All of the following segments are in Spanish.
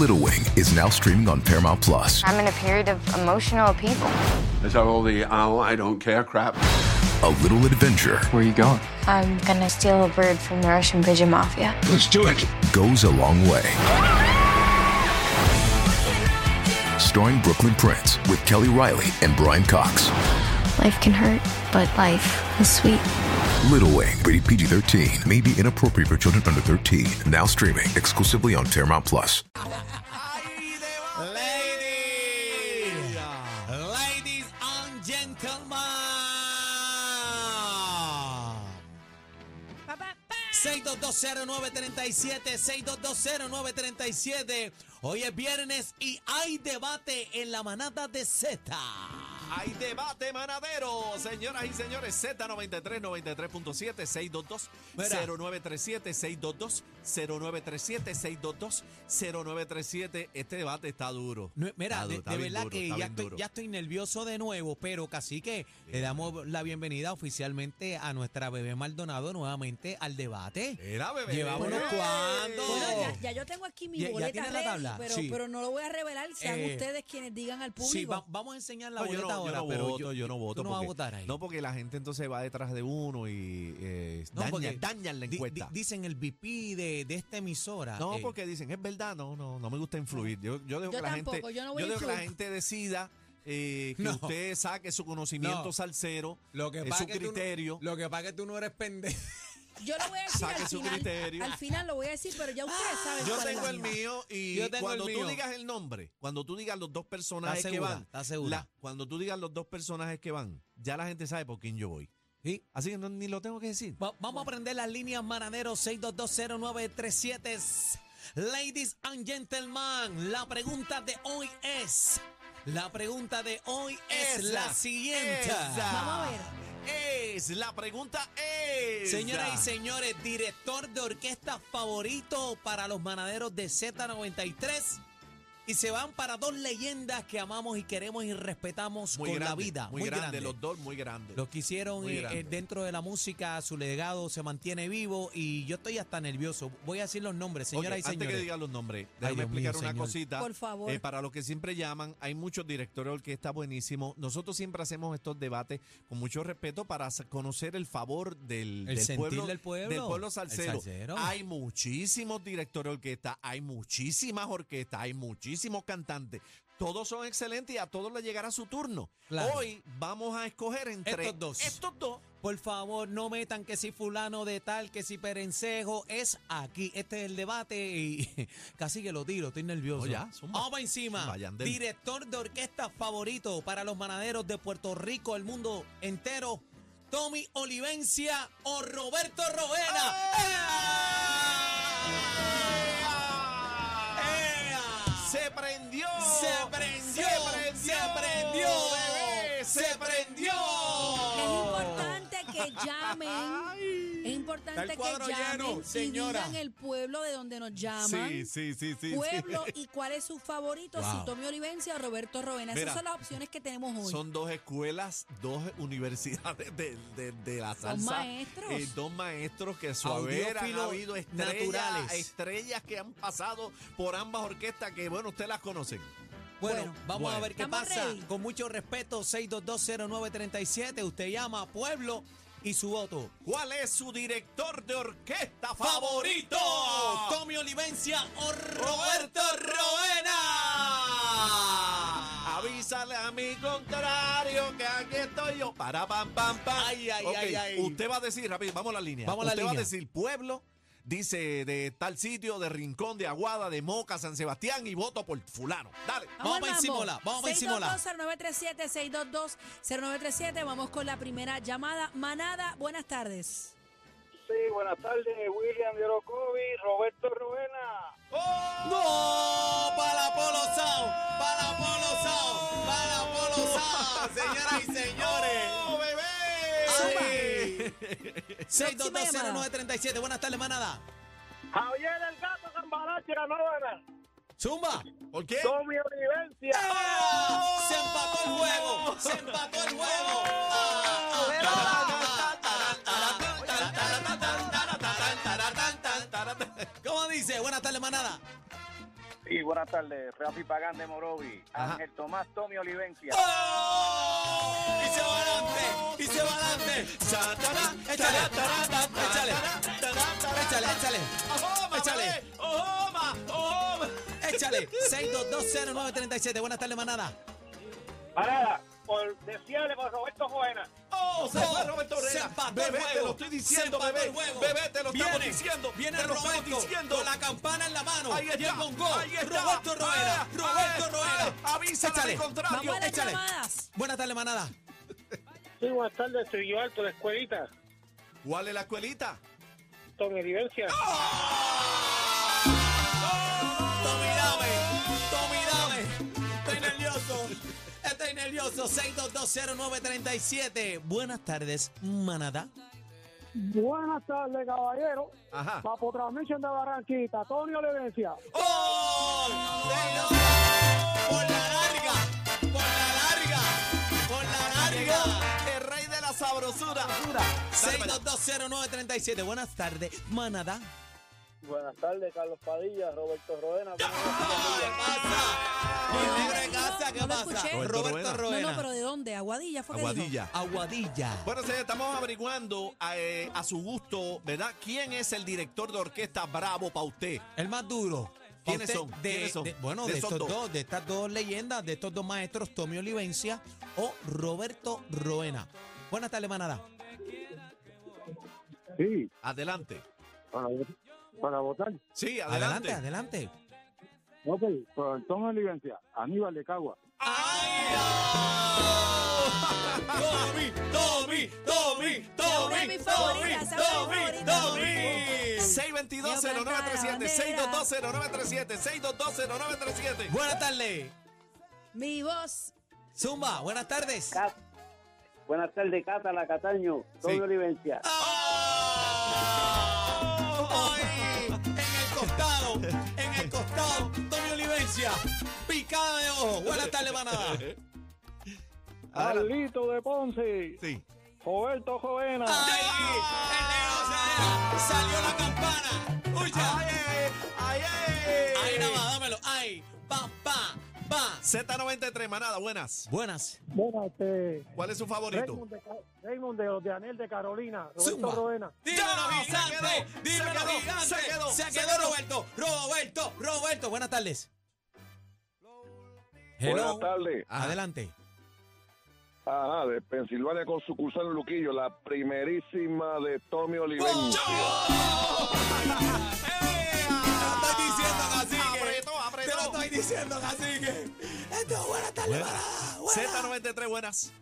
Little Wing is now streaming on Paramount Plus. I'm in a period of emotional upheaval. Is that all the oh, I don't care crap? A little adventure Where are you going? I'm gonna steal a bird from the Russian pigeon mafia. Let's do it. goes a long way. Starring Brooklyn Prince with Kelly Riley and Brian Cox. Life can hurt, but life is sweet. Little Wing, rated PG 13, may be inappropriate for children under 13. Now streaming exclusively on Paramount Plus. Ladies, ladies and gentlemen. 6220937, 6220937. Hoy es viernes y hay debate en la manada de Z. Hay debate manadero, señoras y señores. Z93, 93.7, 622-0937, 622-0937, 622-0937. Este debate está duro. No, mira, Está du- de, está de bien verdad duro, que ya está bien estoy, duro. ya estoy nervioso de nuevo, pero casi que le damos la bienvenida oficialmente a nuestra bebé Maldonado nuevamente al debate. Era bebé. Llevamos unos Ey. cuantos. Bueno, ya, ya yo tengo aquí mi Ya- ya boleta tiene la ready, tabla, pero, sí. pero no lo voy a revelar. Sean Eh, ustedes quienes digan al público. Sí, va- vamos a enseñar la No, yo boleta no, yo ahora, no pero voto, yo, no tú voto. no vas a porque- votar ahí. No, porque la gente entonces va detrás de uno y eh, No, dañan, porque dañan la di- encuesta. di- dicen el VP de, de esta emisora. no, eh, porque dicen, es verdad, no, no, no me gusta influir. Yo, yo dejo Yo que la tampoco, gente, yo no voy a dejo que la influir. gente decida eh, que No. usted saque su conocimiento No. salsero, lo que eh, pasa su que tú no- criterio. lo que pasa que tú no eres pendejo. Yo lo voy a decir Saque al su final. criterio. Al final lo voy a decir, pero ya ustedes saben Yo cuál es tengo la el mía. mío y Yo tengo cuando el tú mío. digas el nombre, cuando tú digas los dos personajes ¿Estás que segura? van, ¿Estás segura? la- cuando tú digas los dos personajes que van, ya la gente sabe por quién yo voy. Sí. Así que no- ni lo tengo que decir. Va- vamos a aprender las líneas manaderos 6220937. Ladies and gentlemen, la pregunta de hoy es. La pregunta de hoy es, la siguiente. esa. Vamos a ver. Es la pregunta es. Señoras y señores, director de orquesta favorito para los manaderos de Z93. Y se van para dos leyendas que amamos y queremos y respetamos muy con grande, la vida. Muy, grande, los dos muy grandes. Los que hicieron Muy eh, grande. eh, dentro de la música, su legado se mantiene vivo y yo estoy hasta nervioso. Voy a decir los nombres, señoras y Antes señores. que digan los nombres, Dios déjame mío, explicar una señor. cosita. Por favor. Eh, para los que siempre llaman, hay muchos directores de orquesta buenísimos. Nosotros siempre hacemos estos debates con mucho respeto para sa- conocer el favor del, El sentir pueblo, del pueblo. El salsero. salsero. Hay muchísimos directores de orquesta, hay muchísimas orquestas, hay muchísimos cantantes. Todos son excelentes y a todos les llegará su turno. Claro. Hoy vamos a escoger entre Estos dos. Estos dos. Por favor, no metan que si fulano de tal, que si perencejo, es aquí. Este es el debate y casi que lo tiro, estoy nervioso. No, Oh, ya, zumba. Vamos pa' encima. Zumba, Yandel. Director de orquesta favorito para los manaderos de Puerto Rico, el mundo entero, Tommy Olivencia o Roberto Ah, Rovena. ¡Ea! ¡Ea! Se prendió. Se prendió, Se prendió. se prendió, bebé, se se prendió. Es importante que llamen. Es importante Está el que cuadro llamen lleno, y señora. digan el pueblo de donde nos llaman. Sí, sí, sí, sí. Pueblo y cuál es su favorito, si Tommy Olivencia o Roberto Rovena. Esas Mira, son las opciones que tenemos hoy. Son dos escuelas, dos universidades de, de- de la salsa. maestros. Eh, dos maestros que a su haber han Audiófilos habido estrellas, naturales. estrellas que han pasado por ambas orquestas que, bueno, ustedes las conocen. Bueno, Bueno, vamos a bueno. ver qué Estamos pasa. ready. Con mucho respeto, 6220937. Usted llama a Pueblo y su voto. ¿Cuál es su director de orquesta ¡Favorito! favorito? Tommy Olivencia o Roberto Roena. Avísale a mi contrario que aquí estoy yo. Para pam pam pam. Ay, ay, Ok, ay, ay. Usted va a decir, rápido, vamos a la línea. Vamos a la usted va línea. a decir pueblo, dice de tal sitio, de Rincón, de Aguada, de Moca, San Sebastián y voto por fulano. Dale. Vamos pa' encimola, vamos pa' encimola. 622-0937, 622-0937. Vamos con la primera llamada. Manada, buenas tardes. Sí, buenas tardes, William de Orocovi, Roberto Rubena. ¡No! ¡Para Polo Sound! ¡Para Polo Sound! ¡Para Polo Sound! Señoras y ¡Oh, señores. bebé! 6220937. Buenas tardes, manada. Javier el Gato Zambarache ganó, ¿verdad? Zumba. ¡Ah! ¿Por qué? Tommy Olivencia. Se empató el juego. Se empató el juego. ¿Cómo dice? Buenas tardes, manada. Y Sí, buenas tardes. Rafi Pagán de Morovi. Ajá. Ángel Tomás Tommy Olivencia. ¡Oh! Y se va adelante, y se va adelante. Satana, échale, échale, échale, échale. Échale, échale. 6220937. Buenas tardes, manada. Parada, por decirle por Roberto Joena. ¡Oh! Se fue Roberto Se Herrera. empató el Bebé, te juego. lo estoy diciendo, Se empató bebé. el juego. Bebé, te lo estamos Viene, diciendo. Viene te lo Roberto estamos diciendo. con la campana en la mano. Ahí Y el está, bongo. ahí está. Roberto Roera, Ah, Roberto ah, Roera. ah, avísale Échale. al contrario. Vamos a las Échale. llamadas. Buenas tardes, manada. Sí, buenas tardes. Soy yo alto, la escuelita. ¿Cuál es la escuelita? Tommy Olivencia. ¡Oh! ¡Oh! Tommy, dame. Tommy, dame. Estoy nervioso. Estoy nervioso. 6220937. Buenas tardes, manada. Buenas tardes, caballero. Ajá. Papo Transmission de Barranquita. Tony Olivencia. ¡Oh! Por la larga, por la larga, por la larga. El rey de la sabrosura. 6220937. Buenas tardes, manada. Buenas tardes, Carlos Padilla, Roberto Roena. ¿Qué pasa? Mi negro de casa, No ¿qué lo pasa? escuché. Roberto No, no, Roena. pero ¿de dónde? ¿Aguadilla fue que dijo? Aguadilla. Aguadilla. Bueno, señores, estamos averiguando a, eh, a su gusto, ¿verdad? ¿Quién es el director de orquesta Bravo para usted? El más duro. ¿Quiénes Usted son? de- ¿Quiénes son? de- bueno, de, De esos estos dos. dos. de estas dos leyendas, de estos dos maestros, Tommy Olivencia o Roberto Roena. Buenas tardes, manada. Sí, Adelante. para, para votar. Sí, adelante. Adelante, adelante. Ok, por Tony Olivencia. Aníbal de Cagua. ¡Ay, no! Tommy, Tommy, Tommy, Esa es Tommy, mi Tommy, favorita, esa es mi Tommy, favorita. Tommy. 622-0937, 622-0937, 622-0937. Buenas tardes. Mi voz. Zumba, buenas tardes. Buenas tardes, Casa La Cataño. Tony Olivencia. ¡Oh! Ay, En el costado, en el costado, Tommy Olivencia, picada de ojo. Buenas tardes, manada. Eh, Carlito de Ponce. Sí. Roberto Jovena. Ah. Ay, el negro Cera, salió la campana. ¡Uy, ya! ¡Ay, ay, ay! Ahí nada más, dámelo. Ahí. Pa, pa, pa. Z93, manada, buenas. Buenas. Bueno, este, ¿Cuál es su favorito? Raymond de, Ca- Raymond de los de Anel de Carolina. Roberto Zumba. Roena. Dímelo, Ya, gigante. se quedó, Dímelo, se quedó, gigante. se quedó, Se se quedó, quedó. Roberto. Roberto, Roberto. Buenas tardes. Hello. Buenas tardes. Ajá. Adelante. Ajá, de Pensilvania con sucursal en Luquillo, la primerísima de Tommy Olivencia. Te lo estoy diciendo, cacique. Apretó, apretó. Te lo estoy diciendo, cacique. Esto es buenas tardes, Buenas. manada. Buenas. Z93, buenas.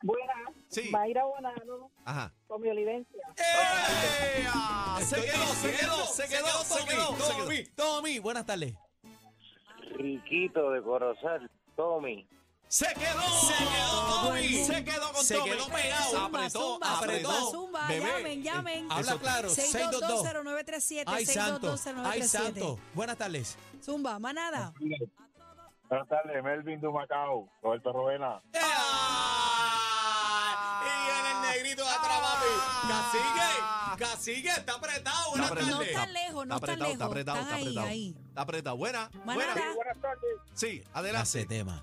Buenas, Sí. Mayra Bonano, Ajá. Tommy Olivencia. ¡Ea! Se Estoy quedó, se diciendo, quedó, se quedó, se Tommy, quedó, se quedó. Tommy, Tommy. Buenas tardes. Riquito de Corozal. Tommy. Se quedó, se quedó Tommy, se quedó con Se Tommy. quedó pegado. Zumba, apretó, zumba, apretó. zumba, zumba. Bebé. eh, Llamen, llamen. Habla claro. 622. 6220937. Ay, santo. Ay, 6220937. santo. Buenas tardes. Zumba, manada. Buenas tardes, Melvin Dumacao. Roberto Roena. ¡Ah! Y viene el negrito de atrás, Ah. papi. Cacique, cacique, está apretado. Buenas apretado, No tardes. tan lejos, no tan lejos. Está apretado, Están está ahí, apretado. ahí. Está apretado. Buena, Manada. buena. Buenas tardes, Sí, Hace adelante. tema.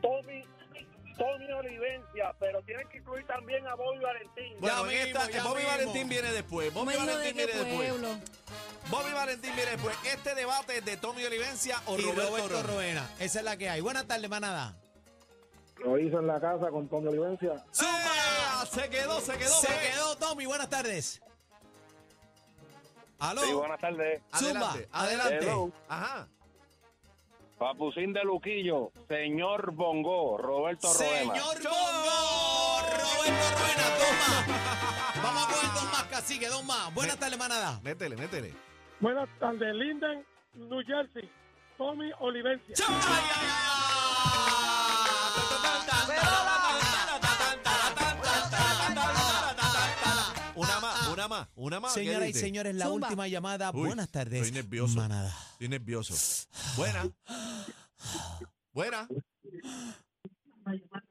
Tommy. Tommy Olivencia, pero tienen que incluir también a Bobby Valentín. Bueno, Ya en mismo, esta, ya Bobby mismo. Valentín viene después. No Bobby me digo de Valentín qué viene después. pueblo. Bobby Valentín viene después. Este debate es de Tommy Olivencia o Y Roberto, Roberto Roena. Roena. Esa es la que hay. Buenas tardes, manada. Lo hizo en la casa con Tommy Olivencia. ¡Zumba! ¡Eh! Se quedó, se quedó. Se bebé. quedó Tommy. Buenas tardes. Aló. Sí, buenas tardes. Adelante, Zumba. adelante. Hello. Ajá. Papucín de Luquillo, señor Bongo, Roberto Roena. Señor Bongo, Roberto Roena, toma. Vamos a coger dos más, cacique, dos más. Buenas tardes, manada. Métele, métele. Buenas tardes, Linden, New Jersey. Tommy Olivencia. Una más, una más, una más. ¿qué Señoras y dice? señores, la Zumba. última llamada. Uy, Buenas tardes. estoy nervioso. Manada. Estoy nervioso. Buena. Buena.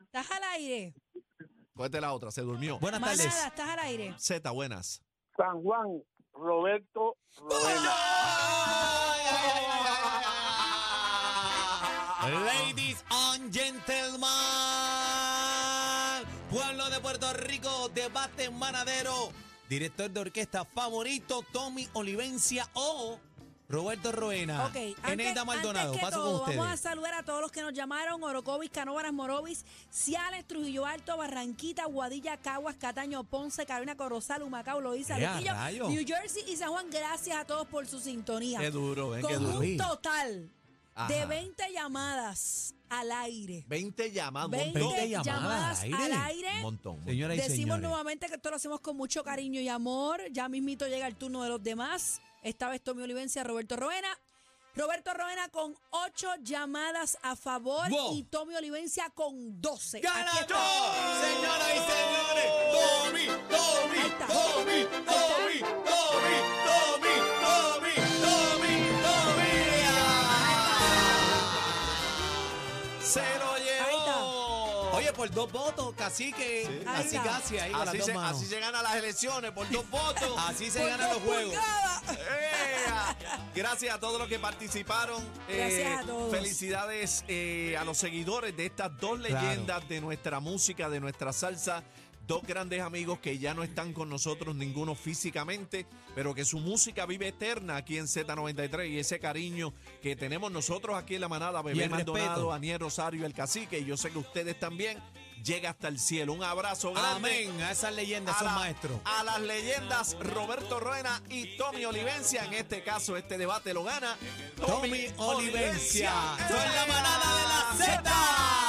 Estás al aire. Cuéntale la otra, se durmió. Buenas tardes. Manada, estás al aire. Z, buenas. San Juan, Roberto Roena. ¡Roberto debate manadero. Director de orquesta favorito, Tommy Olivencia o Roberto Roena. Ok, Ah, Eneida Maldonado, antes que paso todo, con ustedes. vamos a saludar a todos los que nos llamaron, Orocovis, Canóvaras, Morovis, Ciales, Trujillo Alto, Barranquita, Guadilla, Caguas, Cataño, Ponce, Carolina, Corozal, Humacao, Loíza, ¡Ea, Luquillo, rayos! New Jersey y San Juan. Gracias a todos por su sintonía. Qué duro, ven, Con qué duro. un total de Ajá. 20 llamadas al aire. 20 llamadas, 20 montón. llamadas al aire. Un montón. Señoras y Decimos señores. nuevamente que esto lo hacemos con mucho cariño y amor. Ya mismito llega el turno de los demás. Esta vez Tommy Olivencia, Roberto Roena. Roberto Roena con ocho llamadas a favor Wow. y Tommy Olivencia con 12. ¡Gana Este, Aquí está. yo! Señoras y señores, Tommy, Tommy, Ahí está. Tommy, Tommy, Tommy, Tommy, Tommy, Tommy, Tommy. ¡Ah! Se lo llevó. Oye, por dos votos, cacique. Ahí Así está. casi ahí con las Así dos se, manos. así se ganan las elecciones, por dos votos. Así se Por ganan dos los juegos. pulgadas. ¡Ea! Gracias a todos los que participaron. Eh, Gracias a todos. Felicidades eh, a los seguidores de estas dos Claro. leyendas de nuestra música, de nuestra salsa. Dos grandes amigos que ya no están con nosotros, ninguno físicamente, pero que su música vive eterna aquí en Z93 y ese cariño que tenemos nosotros aquí en la manada, Y Bebé el Maldonado, respeto. Aniel Rosario, el cacique, y yo sé que ustedes también, llega hasta el cielo. Un abrazo grande Amén. A esas leyendas a son la- maestros. A las leyendas Roberto Ruena y Tommy Olivencia. En este caso, este debate lo gana Tommy Olivencia. Son la manada de la Zeta. Z.